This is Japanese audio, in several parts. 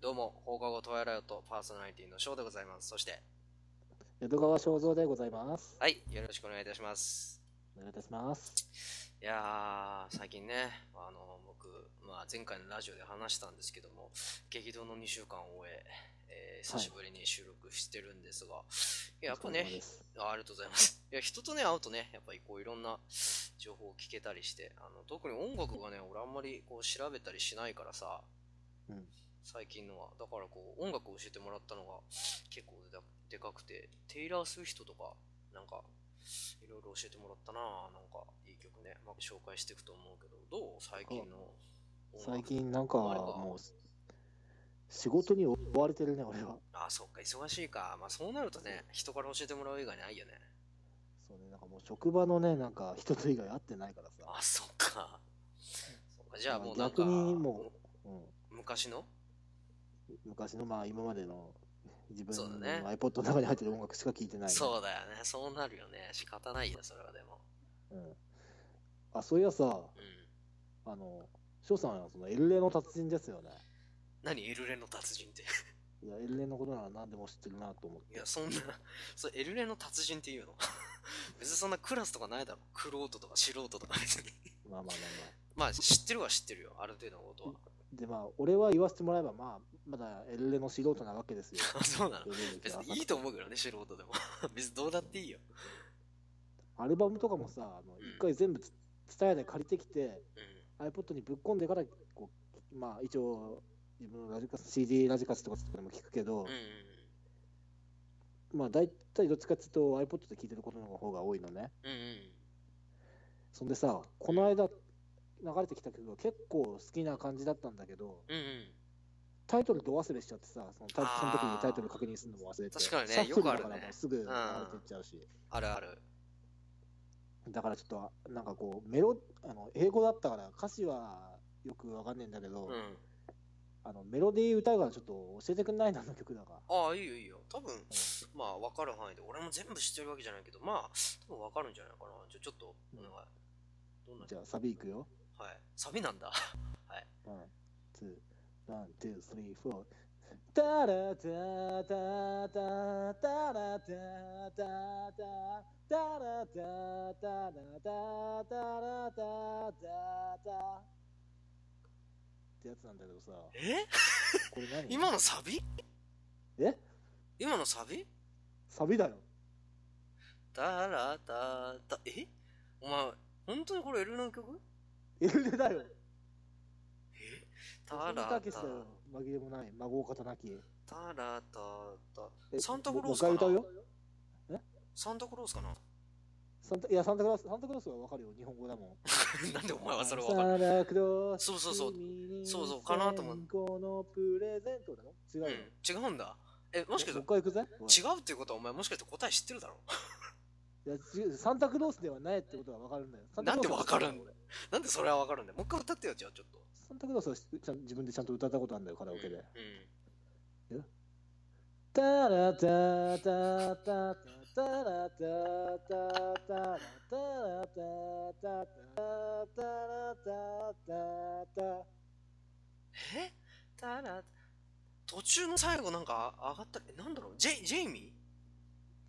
どうも、放課後トワイライトパーソナリティの翔でございます。そして、江戸川正蔵でございます。はい、よろしくお願いいたします。お願いいたします。いやー、最近ね、あの、僕、まあ、前回のラジオで話したんですけども、激動の2週間を終え、えー久しぶりに収録してるんですが、いややっぱお疲れ様ねで、すあありがとうございます。 いや、人とね、会うとね、やっぱりこういろんな情報を聞けたりして、あの特に音楽がね、俺あんまりこう調べたりしないからさ、うん最近のは。だからこう、音楽を教えてもらったのが結構でかでかくて、テイラー・スウィフトとか、なんか、いろいろ教えてもらったななんか、いい曲ね。まあ、紹介していくと思うけど、どう最近の音楽最近なんかあれかもう仕事に追われてるね、俺は。あ、そっか、忙しいか。まあ、そうなるとね、人から教えてもらう以外ないよね。そうね、なんかもう職場のね、なんか人と以外会ってないからさ。あ、そっか。そっか、じゃあもうなんか、逆にもうん、昔の昔のまあ今までの自分そうのだね iPod の中に入ってる音楽しか聴いてない、そうだよね。そうなるよね。仕方ないよ、それはでも。う、ん。あ、そういやさ、うん。あの、翔さんはそのエルレの達人ですよね。何エルレの達人 って。いや、エルレのことなら何でも知ってるなと思っいてや、。そんな、それエルレの達人って言うの 別にそんなクラスとかないだろ。クロートとか素人とか別に。まあまあまあまあ。まあ、知ってるは知ってるよ。ある程度のことは。。でまあ俺は言わせてもらえばまあまだエルレの素人なわけですよあ そうなの経歴別が浅くてにいいと思うけどね、素人でも。 別にどうだっていいよ。アルバムとかもさ、あの一回全部つ伝えで借りてきて、うん。 iPod にぶっ込んでからこうまあ一応自分のラジカス CD ラジカスとかでも聞くけどうん、うんまあ大体どっちかっていうと iPod で聞いてることの方が多いのね。うん。うんうん。そんでさ、この間流れてきた曲が結構好きな感じだったんだけど、うんうん。タイトルど忘れしちゃってさ、そのタイあーその時にタイトル確認するのも忘れて、確かにねシャッフルよくあるねだからもうすぐ流れてっちゃうし。あるある。だからちょっとあなんかこうメロあの英語だったから歌詞はよくわかんねえんだけど、うん。あのメロディー歌うからちょっと教えてくんないなあの曲だからああ、いいよいいよ。多分、まあ、分かる範囲で、俺も全部知ってるわけじゃないけど、まあ、多分分かるんじゃないかな。じゃあちょっと、お願い。どんなじゃあサビいくよはい。サビなんだ。ワンツーワンツースリーフォータラタタタタラタタタタラタタラタタラタタタってやつなんだけどさえこれ何今のサビえ今のサビサビだよタラタタ、えお前、本当にこれエルレの曲エルレだよえタたラタらタたきしたよ。紛れもない。孫方なき。タラタタ。えサンタクロもースかもう一回歌うなよ。サンタクロースかな サンタいや、サンタクロース、サンタクロースはわかるよ。日本語だもん。なんでお前は それ分かるる。サンタクロース。そうそうそう君にそうそうかなと思う線香のプレゼントだろ違ううよ。ん、違うんだ。え、もしかしてもう一回行くぜ。おい違うっていうことはお前もしかして答え知ってるだろ いや違うサンタクロースではないってことはわかるんだよ。サンタクロースはなんでわかるん俺なんでそれは分かるんだよ。もう一回歌ってよ、じゃあちょっと。サンタクロースはしちゃん自分でちゃんと歌ったことあるんだよ、カラオケで。うんうんタラタタタタラタタタラタラタタタタラタタタえたら途中の最後なんか上がったえなんだろうジェイジェイミ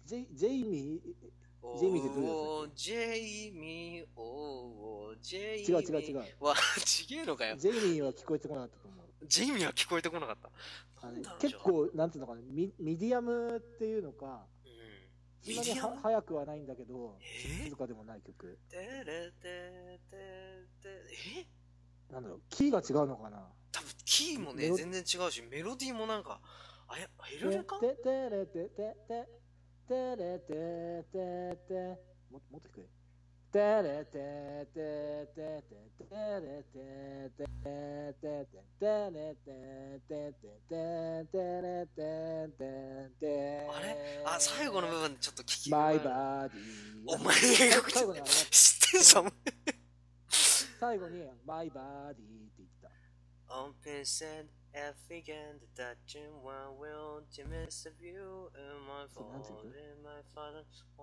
ジェイジェイミージェイミーってどういうやつだっけおージェイミーおージェイミー違うー違う違うう。わちげえのかよジェイミーは聞こえてこなかったと思う。ジェイミーは聞こえてこなかったなあんのだろう結構、なんていうのかな、ミミディアムっていうのか、じゃそんなにミディアムは早くはないんだけど、え静かでもない曲。あてれてててえなんだろう、キーが違うのかな。多分キーもねメロ全然違うしメロディーもなんかあやエてルレかててれててててれてててももっと低い。てれてててててれてててててれてててててれてててあれあ最後の部分ちょっと聞きマイバーディー。お前英語最後にあれ知ってんじゃんお前最後にマイバーディーって言った。 On percent African detaching one will to miss the view in my そ phone れなんていうの in my father home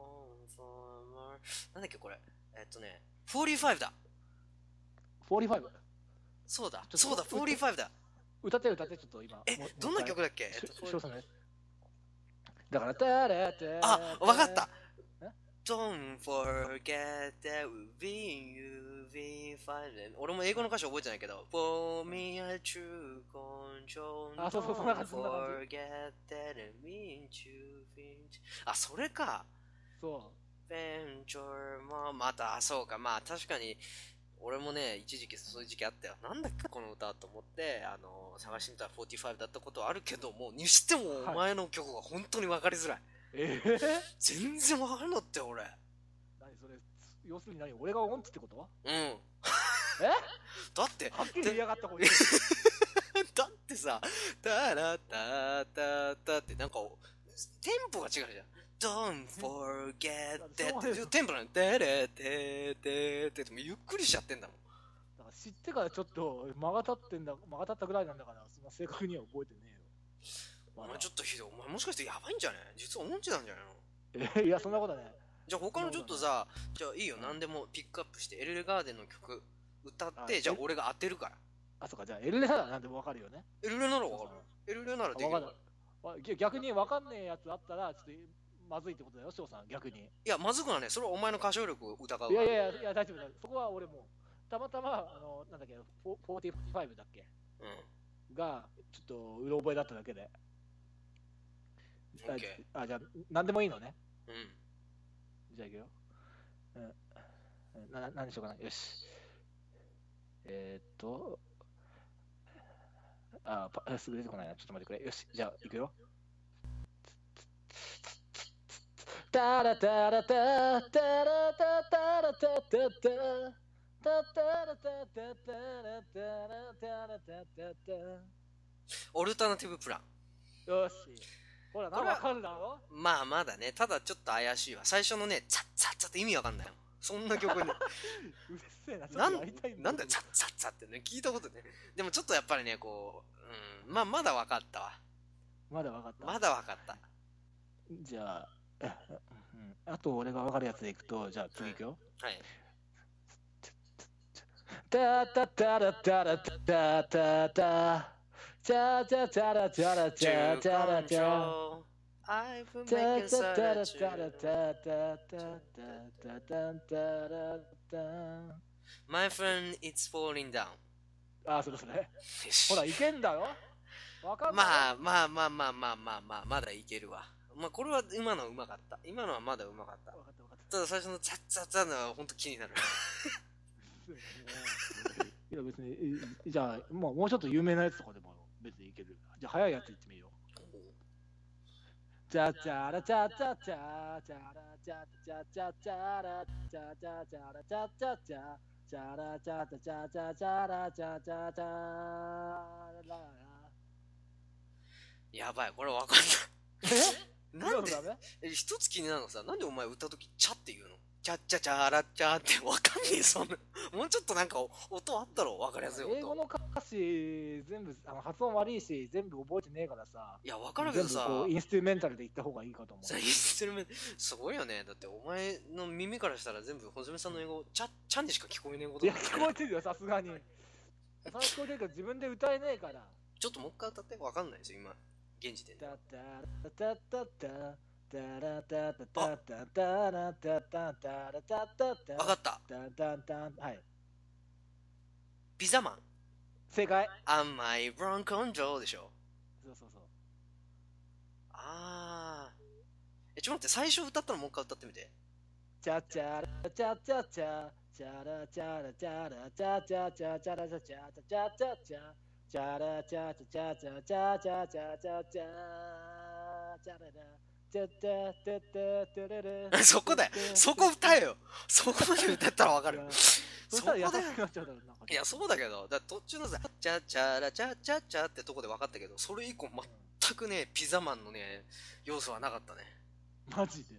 for more なんだっけこれえっとね45だ45。そうだちょっとそうだもう一45だ歌って歌ってちょっと今えもうどんな曲だっけえしっとしょうさんのやつだからタラタあ、わかったえ Don't forget that we'll be you, be fine. 俺も英語の歌詞覚えてないけど。For me, a true control. あそうそうそんな感 Don't じそんな感 forget that it means you, means- あ、それか。そ Venture もまた、そうか。まあ確かに、俺もね、一時期そういう時期あったよ。なんだっけ、この歌と思って、あの、探してみたら45だったことはあるけども、にしてもお前の曲が本当にわかりづらい。うええ全然わかんなって俺何それ要するに何俺がオンチってことうんえだってはっきり言いやがったこいつだってさ「タラタタタ」ってなんかテンポが違うじゃん「Don't forget that」っていうテンポなの「テレテテテ」ってもうゆっくりしちゃってんだもんだから知ってからちょっと間が立ってんだ間が立ったぐらいなんだからそんな正確には覚えてねえよ、まおあ前ちょっとひどいお前もしかしてやばいんじゃない実は音痴なんじゃないのえいやそんなことはねじゃあ他のちょっとさじゃあいいよ何でもピックアップして「エルレガーデン」の曲歌っあてじゃあえ俺が当てるからあそうかじゃあエルレならなんでもわかるよねエルレならわかるエルレならできるわかんないあぎ逆にわかんねえやつあったらちょっとまずいってことだよ翔さん逆にいやまずくはねそれはお前の歌唱力を疑うからいやいやいやいや大丈夫だそこは俺もたまたまあのなんだっけフォ45だっけうんがちょっとうろ覚えだっただけで、オッケあじゃあ何でもいいのねー。うん。じゃあ行くよ。うん。な、な何にしようかな。よし。えー、っと。あ、パすぐ出てこないな。ちょっと待ってくれ。よし。じゃあ行くよ。タラタラタタラタタラタタタタタラタタタラタラタラタタタオルタナティブプラン。よし。ほら、なこれはわかるだろまあまだね、ただちょっと怪しいわ。最初のね、チャッチャッチャって意味わかんないもん。そんな曲ね、うるせえな。ちょっなとんやりたいなんだけどよチャッチャッチャってね、聞いたことね。でもちょっとやっぱりね、こう、うん、まあまだわかったわ。まだわかった。まだわかった。じゃあ、うんあと俺が分かるやつでいくと、じゃあ次いくよ。はい。タタタラタラタタタタタタタラタラ中タタラ間タ賞 I've been making タタタタラ such タラ a- タタタタタタラタ My friend, it's falling down. あ、それそれ。ほら、いけんだよ。わかんない。まあ、あまあまあまあまあまあまあ、まだいけるわ。まあこれは今のはうまかった。今のはまだうまかった。わかったわかった。ただ最初のチャッチャッチャのは本当気になる。いや別に、いいじゃあ、もうもうちょっと有名なやつとかでも別にいける。じゃあ、早いやついってみよう。チャチャラチャチャチャチャラチャチャチャチャラチャチャチャラチャチャチャチャラチャチャチャチャチャラチャチャチャラやばい、これわかんえない。なんでダメえ一つ気になるのさ、なんでお前歌うとき、チャって言うのチャッチャチャーラッチャーってわかんねえ、そんな。もうちょっとなんか音あったろ、わかりやすい英語音。の歌詞全部あの発音悪いし全部覚えてねえからさいや、わか全る部けどさこ、うインストゥルメンタルで言った方がいいかと思さインストゥルメントすごいよね。だってお前の耳からしたら全部、ほずめさんの英語、チャチャにしか聞こえねえこうといだやよ聞こえてるよさすがにさすがに聞こえてるけど自分で歌えねえからちょっともう一回歌って、わかんないですよ、今。現時点で。わかった。ピザマン。Am I wrong control でしょ。あー。え、ちょっと待って、最初歌ったのもう一回歌ってみて。そこだよ。そこ歌えよ。そこまで歌ったらわかる。そこだよ。いや、そうだけど、だ途中のさ、チャチャラチャチャチャってとこで分かったけど、それ以降全くね、ピザマンのね、要素はなかったね。マジで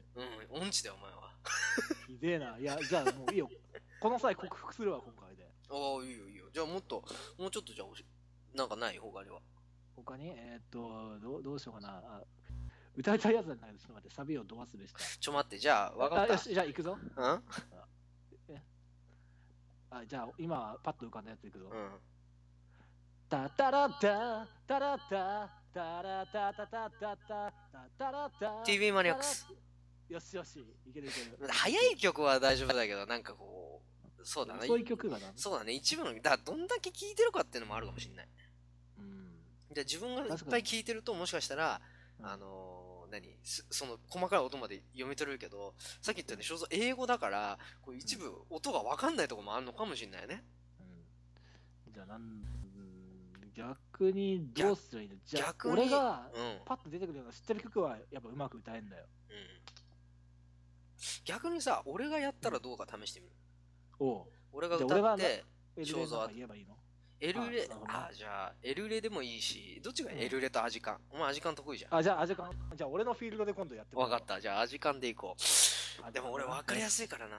うん、音痴だよ、お前は。ひでえな。いや、じゃあもういいよ。この際克服するわ、今回で。ああ、いいよ、いいよ。じゃあもっと、もうちょっとじゃあ、おしなんかない他には。他に、えーっとどう、どうしようかな。あ歌いたいやつなんだけど、ちょっと待って、サビをど忘れした。ちょ待って、じゃあ、分かあっよし、じゃあ行くぞ。た。うんあじゃあ、今、パッと浮かんだやつ行くぞ。うん。タタラタタラタタラタタタタタタタラタ TV マニアックスよしよしいけるいける早い曲は大丈夫だけど、なんかこう、そうだな。遅い曲がなそうだね。一部の、だどんだけ聴いてるかっていうのもあるかもしれない。うんじゃあ自分がいっ確かにぱい聴いてると、もしかしたら、うんあのー何すその細かい音まで読み取れるけど、さっき言ったように、肖像英語だから、こう一部音が分かんないところもあるのかもしれないね。うんじゃあなんうん逆にどうすればいいのじゃあ逆に俺がうん。うん。パッと出てくるような知ってる曲はやっぱうまく歌えんだよ逆にさ、俺がやったらどうか試してみる。おう俺がじゃあ俺歌がって、エルレ肖な像んあか言えばいいのエルレあなるほどねあじゃあエルレでもいいしどっちがうんエルレとアジカン、お前アジカン得意じゃんあじゃあアジカンじゃあ俺のフィールドで今度やってもら分うかっわたじゃあアジカンでいこあうでも俺分かりやすいからな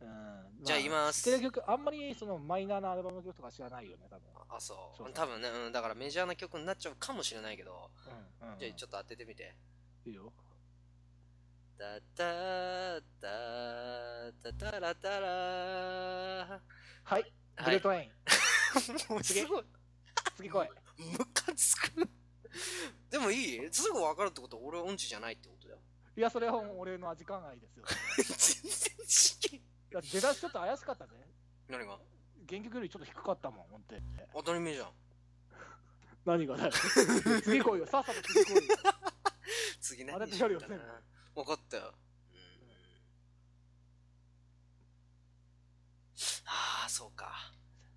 うんまあじゃあ言います知ってる曲あんまりそのマイナーなアルバムの曲とか知らないよね多分あそそううだ多分ね、うん、だからメジャーな曲になっちゃうかもしれないけどうんうんじゃあちょっと当ててみていいよ「タタタタタラタラ」はいブはレーい、トラインもう すごい次来いムカつくでもいいすぐ分かるってことは俺は音痴じゃないって ことだよいやそれはもう俺のアジカン愛ですよ全然知識いや出だしちょっと怪しかったね何が原曲よりちょっと低かったもん本当に当たり前じゃん何が だよ次来いよさっさと次来いよ次あれ何ってやるよしようかな分かったよ、うんああそうか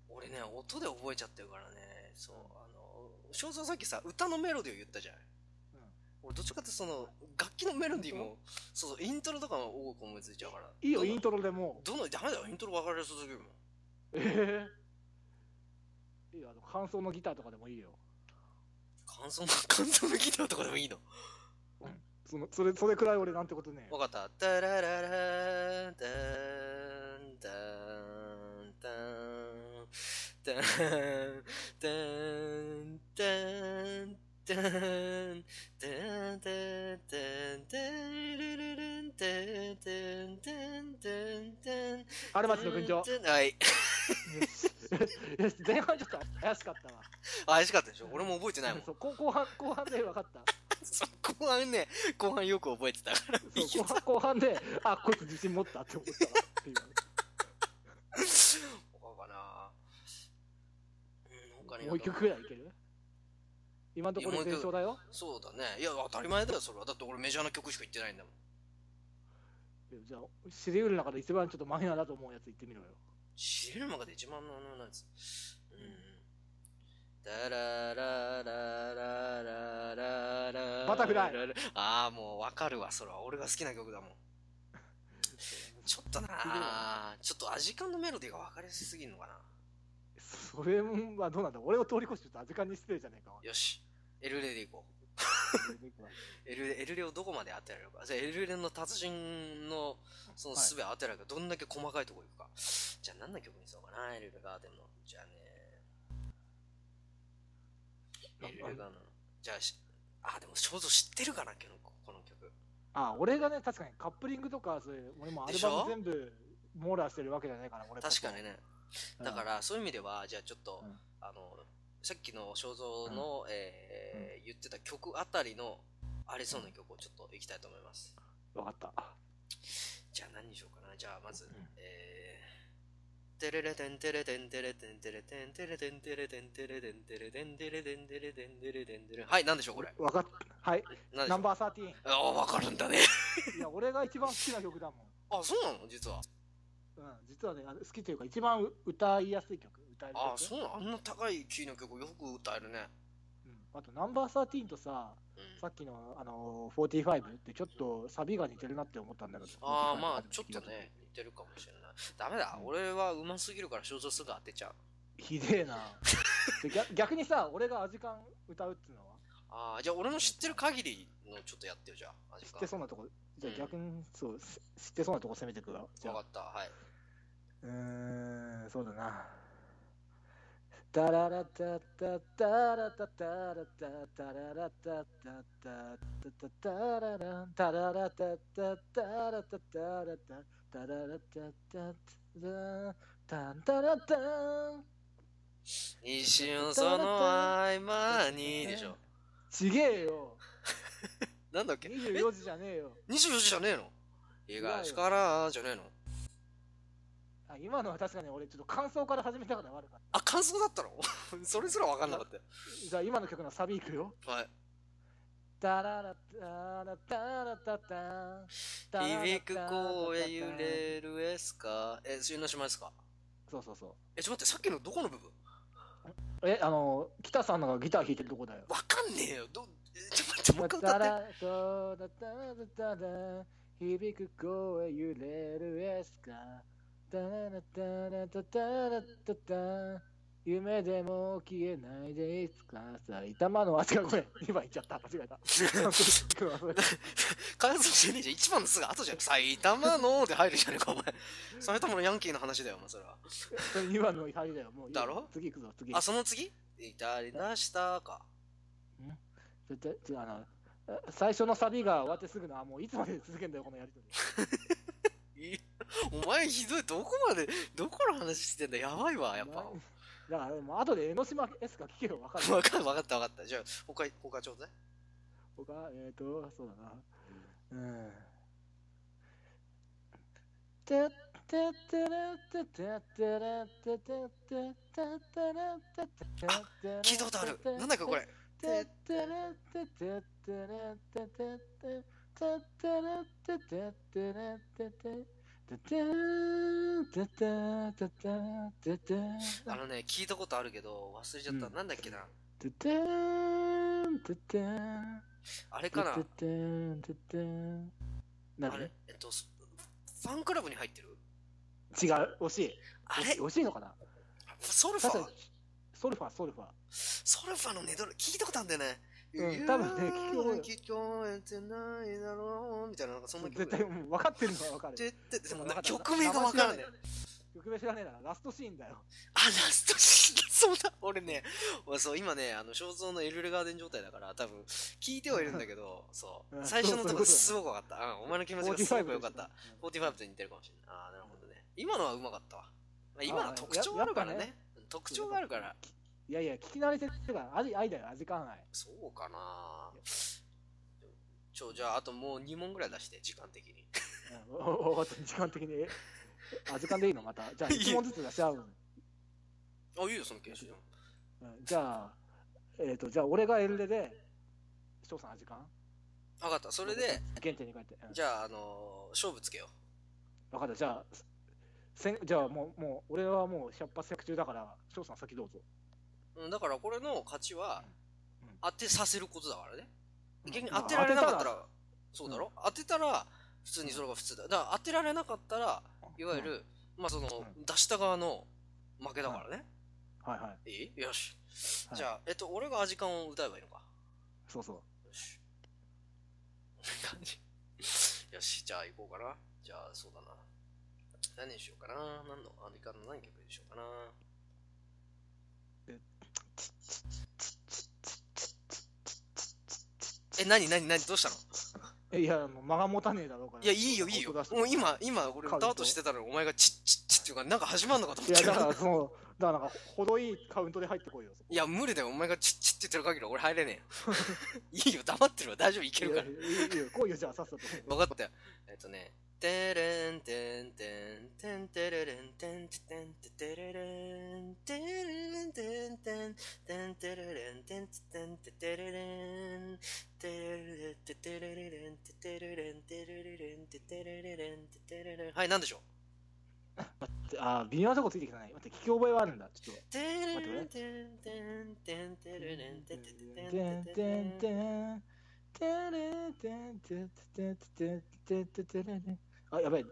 俺ね音で覚えちゃってるからねそうあの正蔵さっきさ歌のメロディーを言ったじゃん、うん俺どっちかってその楽器のメロディーもそうそうイントロとかも多く思いついちゃうからいいよどのイントロでもどのダメだよイントロ分かりやすすぎるもんうええいいよあの感想のギターとかでもいいよ感想の感想のギターとかでもいいのそのそれそれくらい俺なんてことねわかった。ダラララーンダーンダーンダーンダーンダーンダーンダーンダーンダーンダーンダーンダーンダーンダーンダーンダーンダーンあれまちの群青よしはい。 よし前半ちょっと怪しかったわ怪しかったでしょ俺も覚えてないもん。そう後後半後半で分か ったそう後半ね、後半よく覚えてたから。そう後半後半であこいつ自信持ったって思ったわっていう他かなうん他にもう一曲くらいいける今のところ全勝だよそうだね。いや、当たり前だよ、それは。だって俺メジャーな曲しか言ってないんだもん。じゃあ知り得る中で一番ちょっとマイナーだと思うやつ言ってみろよ知れる中で一番のあのなんつう。うん。ダラララララララバタフライ。ああ、もうわかるわ、それは。俺が好きな曲だもん。ちょっとなあ、ちょっとアジカンのメロディーが分かりやすすぎるのかな。それはどうなんだ俺を通り越してた時間に失礼じ ゃねえかよし、エルレでいこう。エルレエルレをどこまで当てられるか。じゃあエルレの達人のそのはい術当てられるか、どんだけ細かいところいくか。じゃあ何の曲にしようかな、エルレガーデンの。じゃあね。エルレガーデンの。じゃあし、あ、でも肖像知ってるかな、このこの曲。あ俺がね確かにカップリングとかそういう俺もアルバム全部網羅してるわけじゃないから俺確かにね。うんだから、そういう意味では、じゃあちょっと、うんあの、さっきの肖像の、えー言ってた曲あたりのありそうな曲をちょっといきたいと思います。分かったじゃあ何にしようかな。じゃあまず、うんえー。テレレテンテレテンテレテンテレテンテレテンテレテンテレテンテレテンテレテンテレテンテレテンテレはい、なんでしょうこれ。分かったはい何でしナょンうバー13ああ、わかるんだね。いや俺が一番好きな曲だもんあ、そうなの実は。うん、実はね、あの好きというか、一番歌いやすい曲、歌える曲。ああ、そうなのあんな高いキーの曲よく歌えるね。うん、あと、ナンバー13とさ、うんさ。っきの、あのー、45ってちょっとサビが似てるなって思ったんだけど。ああ、 45まあ、ちょっとね。、似てるかもしれない。ダメだ、俺はうますぎるから肖像すぐ当てちゃう。ひでえな。で逆逆にさ、俺がアジカン歌うっていうのは、ああ、じゃあ俺の知ってる限りのちょっとやってよ、じゃあ。知ってそううなとこ、じゃあうん逆に、そう、し知ってそうなとこ攻めてくわ。じゃわあか、った、はい。うーん、そうだな。タララタタタラタタラタタララタタタタタタラランタララタタタラタタラタタララタタタタンタラタン一瞬その合間にでしょ。ちげえよ。なんだっけえ24時じゃねえよ。 24時じゃねえの東からじゃねえのあ今のは確かに俺ちょっと感想から始めたから悪かっあ、感想だったのそれすら分かんなかったよ。た。じゃあ今の曲のサビいくよ。はい。タララタラタラタタ響く声揺。れるエスカー。え、終の島ですかそうそうそえ、ちょっと待って、さっきのどこの部分う。え、あの、北さんのがギター弾いてるとこだよ。わかんねえよ。ど、えちょっと待って、もう一回歌って。響く声揺れるエスカタララタラタタラタタ夢でも消えないでいつか埼玉のあ違うこれ2番いっちゃった間違えた感想じゃねえじゃん。一番のすぐ後じゃん。埼玉ので入るじゃねえか、お前。埼玉のヤンキーの話だよ、お前、それは。それ2番の入りだよもういいよだろ次行くぞ次あ、その次左なしたか。絶対違うあの最初のサビが終わってすぐなもういつまで続けんだよこのやりとりいお前ひどい、どこまで、どこの話してんだ、やばいわ、やっぱ。だからもう後で江ノ島 S が聞けば分かる わかんわかったわかった。じゃあ、他、他ちょうだ い。他、えっ、ー、と、そうだな。うん。てってってれってってってれってってってってってれってってってれ聞いたことある。なんだかこ れ。てってれってってってれってってってってってれってってってれってってててーててーててーててーあのね、聞いたことあるけど、忘れちゃった。うんなんだっけな。ててーててーあれかな。ててんててんあ何れ、えっと、すファンクラブに入ってる違う、惜しい。あ惜しれい惜しいのかなソルファ確ーかに、ソルファー、ソルファー。ソルファのねどれ聞いたことあるんだよね。うん多分ね聞こえる聞こえてないだろうみたいな、なんかそんな曲。絶対もう分かってるのは分かる。絶対でも分かなった曲名がわからない。あ、曲名知らねえなら、ラストシーンだよ。ラストシーンだ、そうだ。俺ね、俺そう、今ね、あの、肖像のエルレガーデン状態だから、多分、聞いてはいるんだけど、そうう。ん最初のとこそうそうそうすごくわかった。うん、お前の気持ちがすごくよかった。45と似てるかもしれない。ああ、なるほどね。今のはうまかったわ。まあ、今のは特徴があるからね。あーや特徴があるから。いやいや、聞き慣れてるから、味愛だよ、味感愛。そうかなちょ、じゃあ、あともう2問ぐらい出して、時間的に。うんおおお時間的に。えあ、時間でいいのまた。じゃあ、1問ずつ出し合うの。あ、いいよ、その研修。うんじゃあ、えっと、じゃあ、俺がエルレで、翔さん、味感わかった。それで、、原点に帰って。うんじゃあ、あのー勝負つけよ分かった、じゃあ、せんじゃあもう、もう俺はもう百発百中だから、翔さん先どうぞ。う。うん、だから、これの価値はうん、当てさせることだからね。逆にうん当てられなかった当てら、そうだろ当てたら、普通にそれが普通だ。だから、当てられなかったら、いわゆる、まあ、その、う出した側の負けだからね。たら、はいはい、いいよし。はいじゃあ、えっと、俺がアジカンを歌えばいいのか。そうそう。よ し。感じ。よし、じゃあ行こうかな。じゃあ、そうだな。何にしようかな。何の、アメリカの何曲にしようかな。え、何、何、何、どうしたのえいや、もう間が持たねえだろうから。いや、いいよ、いいよ。音出してもう今、今、俺歌おうとしてたら、お前がチッチッチッっていうか、なんか始まんのかと思っいたや、だかよ。ら、その、だからなんか、程いいカウントで入ってこいよ。いや、無理だよ。お前がチッチッって言ってる限り俺入れねえよ。いいよ、黙ってるわ。大丈夫、いけるからい。やいやいいよ、来いよ、じゃあ、さっさと。分かったよ。えっとね。てれんてんてんてんてれれんてんててんててれれんてれれんてんてんてんてれれんてんててんててれれんてれれててれれれんててれれんてれれれんててれれれんててれれれんはい、なんでしょうあー、微妙なとこついてきたね。待って、聞き覚えはあるんだ。ちょっと。てれれんてんてんてんてれれんててててんててれんあ、やばい。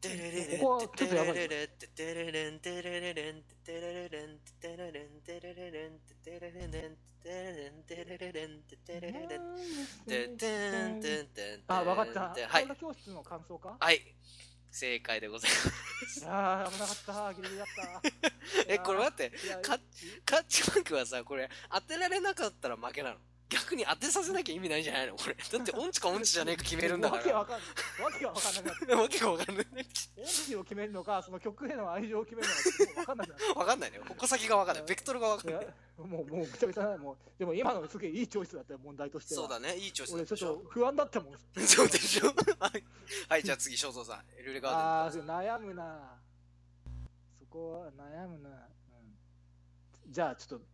てれれれんてれれれっててれれんてれれれんててれれれんててれれんてれれれんててれれれんててれれれんてれれれんててれれれんててんてんてんあ、わかった。はい講座教室の感想かはい正解でございます。いやー、危なかった。ギリギリだったえこれ待っていやカッカッチマークはさこれ当てられなかったら負けなの逆に当てさせなきゃ意味ないんじゃないのこれ。だって音痴か音痴じゃねえか決めるんだかわけら。わかんない。わけがわかんなくなって。わけがわかんない。音痴を決めるのか、その曲への愛情を決めるのか、もうわかんなくなってわかんないね。矛先がわかんない。ベクトルがわかんないい。やもう、もう、ぐちゃぐちゃだね。もう、でも今のすげえいいチョイスだったよ、問題としては。そうだね。いい調子だ俺、っちたでょっしょと。不安だったもん。そうでしょ。はいはい、じゃあ次、正蔵さん。エルレガーデン。ああー、悩むな。そこは悩むな。うん、じゃあ、ちょっと、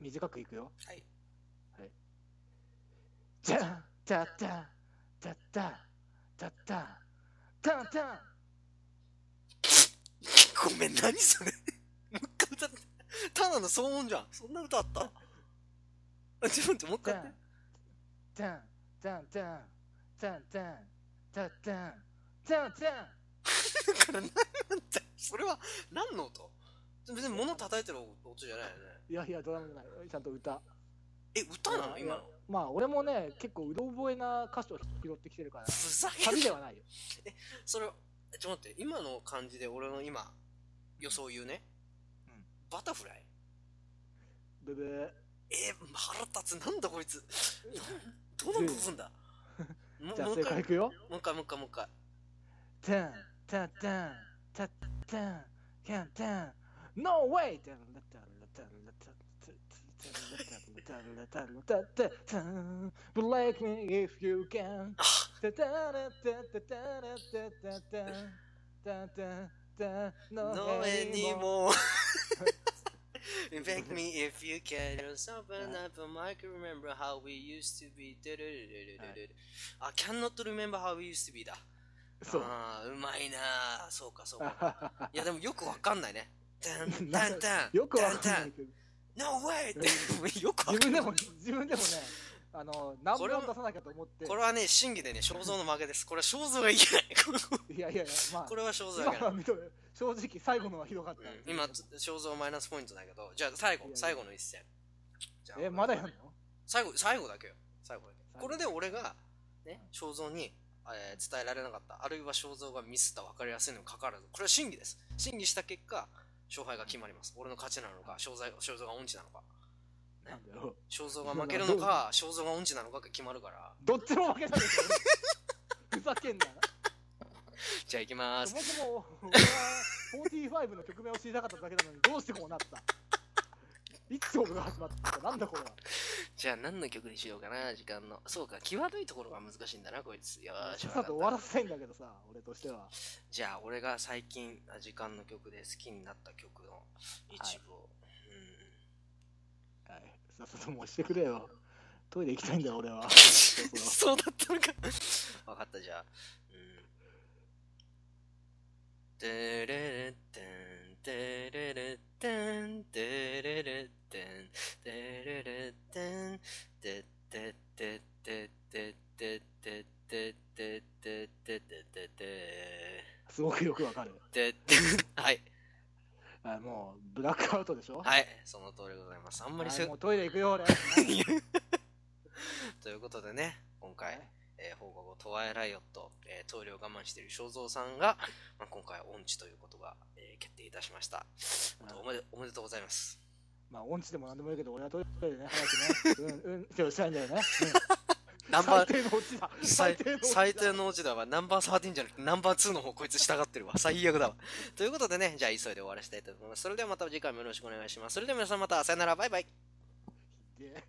短くいくよ。はい。じゃんじゃじゃんじゃじゃんじゃじゃんたんたんごめん、何それ。もう一回歌って。ただの騒音じゃん。そんな歌あった。あちょっと待って、もう一じ回ゃやっんて。じゃんじゃんじゃんじゃんじゃんじゃじゃんじゃんじゃんだから何なんだよ それは何の音別に物叩いてる音じゃないよねいやいやドラムじゃないちゃんと歌え歌なの今のまあ俺もね結構うろ覚えな歌詞を拾ってきてるからふざけん旅なではないよそれえちょっと待って今の感じで俺の今予想言うね、うんバタフライブブーえ腹立つなんだこいつどの部分 だもじゃあもう正一回解いもくよう一回もう一回もう一回タンタンタンタンタンタンタン No way! ブレイク me if you can あタタラタタタラタタタタタタノ No エ way に anymore も Beg me if you can Something up a mic remember how we used to be あ、cannot remember how we used to be だそうあーうまいなあそうかそうかいやでもよくわかんない ねタンタンタンよくわかんないけど No way ってよくわか自ん分なでいも自分でもねあの何も出さなきゃと思ってこれはね審議でね肖像の負けですこれは肖像がいけないいやいやいやまあこれは肖像今がいけないは認める正直最後のはひどかったうん今肖像マイナスポイントだけどじゃあ最後いやいや最後の一戦じゃあえまだやんの最後最後だけよ最後だけ最後これで俺がね肖像に、えー伝えられなかったあるいは肖像がミスった分かりやすいのにもかかわらずこれは審議です審議した結果勝敗が決まります俺の勝ちなのか肖像肖像が音痴なのかなんだよ肖像が負けるのか肖像が音痴なのかが決まるからどっちも負けたでし ょ俺ふざけんなじゃあ行きまそすもそも俺は45の曲名を知りたかっただけなのにどうしてこうなったいつ曲が始まったなんだこれはじゃあ何の曲にしようかな時間のそうか際どいところが難しいんだなこいつよーしわかさっさったと終わらせたいんだけどさ俺としてはじゃあ俺が最近あ時間の曲で好きになった曲の一部を、うんはいさっさともうしてくれよトイレ行きたいんだよ俺はそうだったのか。わかった、じゃあ。うん。てれれってん、てれれってん、てれれってん、てれれってん、てってってってってってってってってってってってって。 すごくよくわかるてってはい、あもうブラックアウトでしょはい、その通りでございます。あんまりはせい、もうトイレ行くよ俺 ということでね、今回、えー放課後トワイライオット、えー、トイレを我慢している正蔵さんが、まあ、今回音痴ということが、えー決定いたしました本当おめでおめでとうございますまあ音痴でも何でもいいけど俺はトイレでね早くねうんうんってしたいんだよね、うんナンバ最ー低の落ちだ最の落ちだ最低の落ちだわナンバー13じゃなくてナンバー2の方こいつ従ってるわ最悪だわということでねじゃあ急いで終わらせたいと思いますそれではまた次回もよろしくお願いしますそれでは皆さんまたさよならバイバイで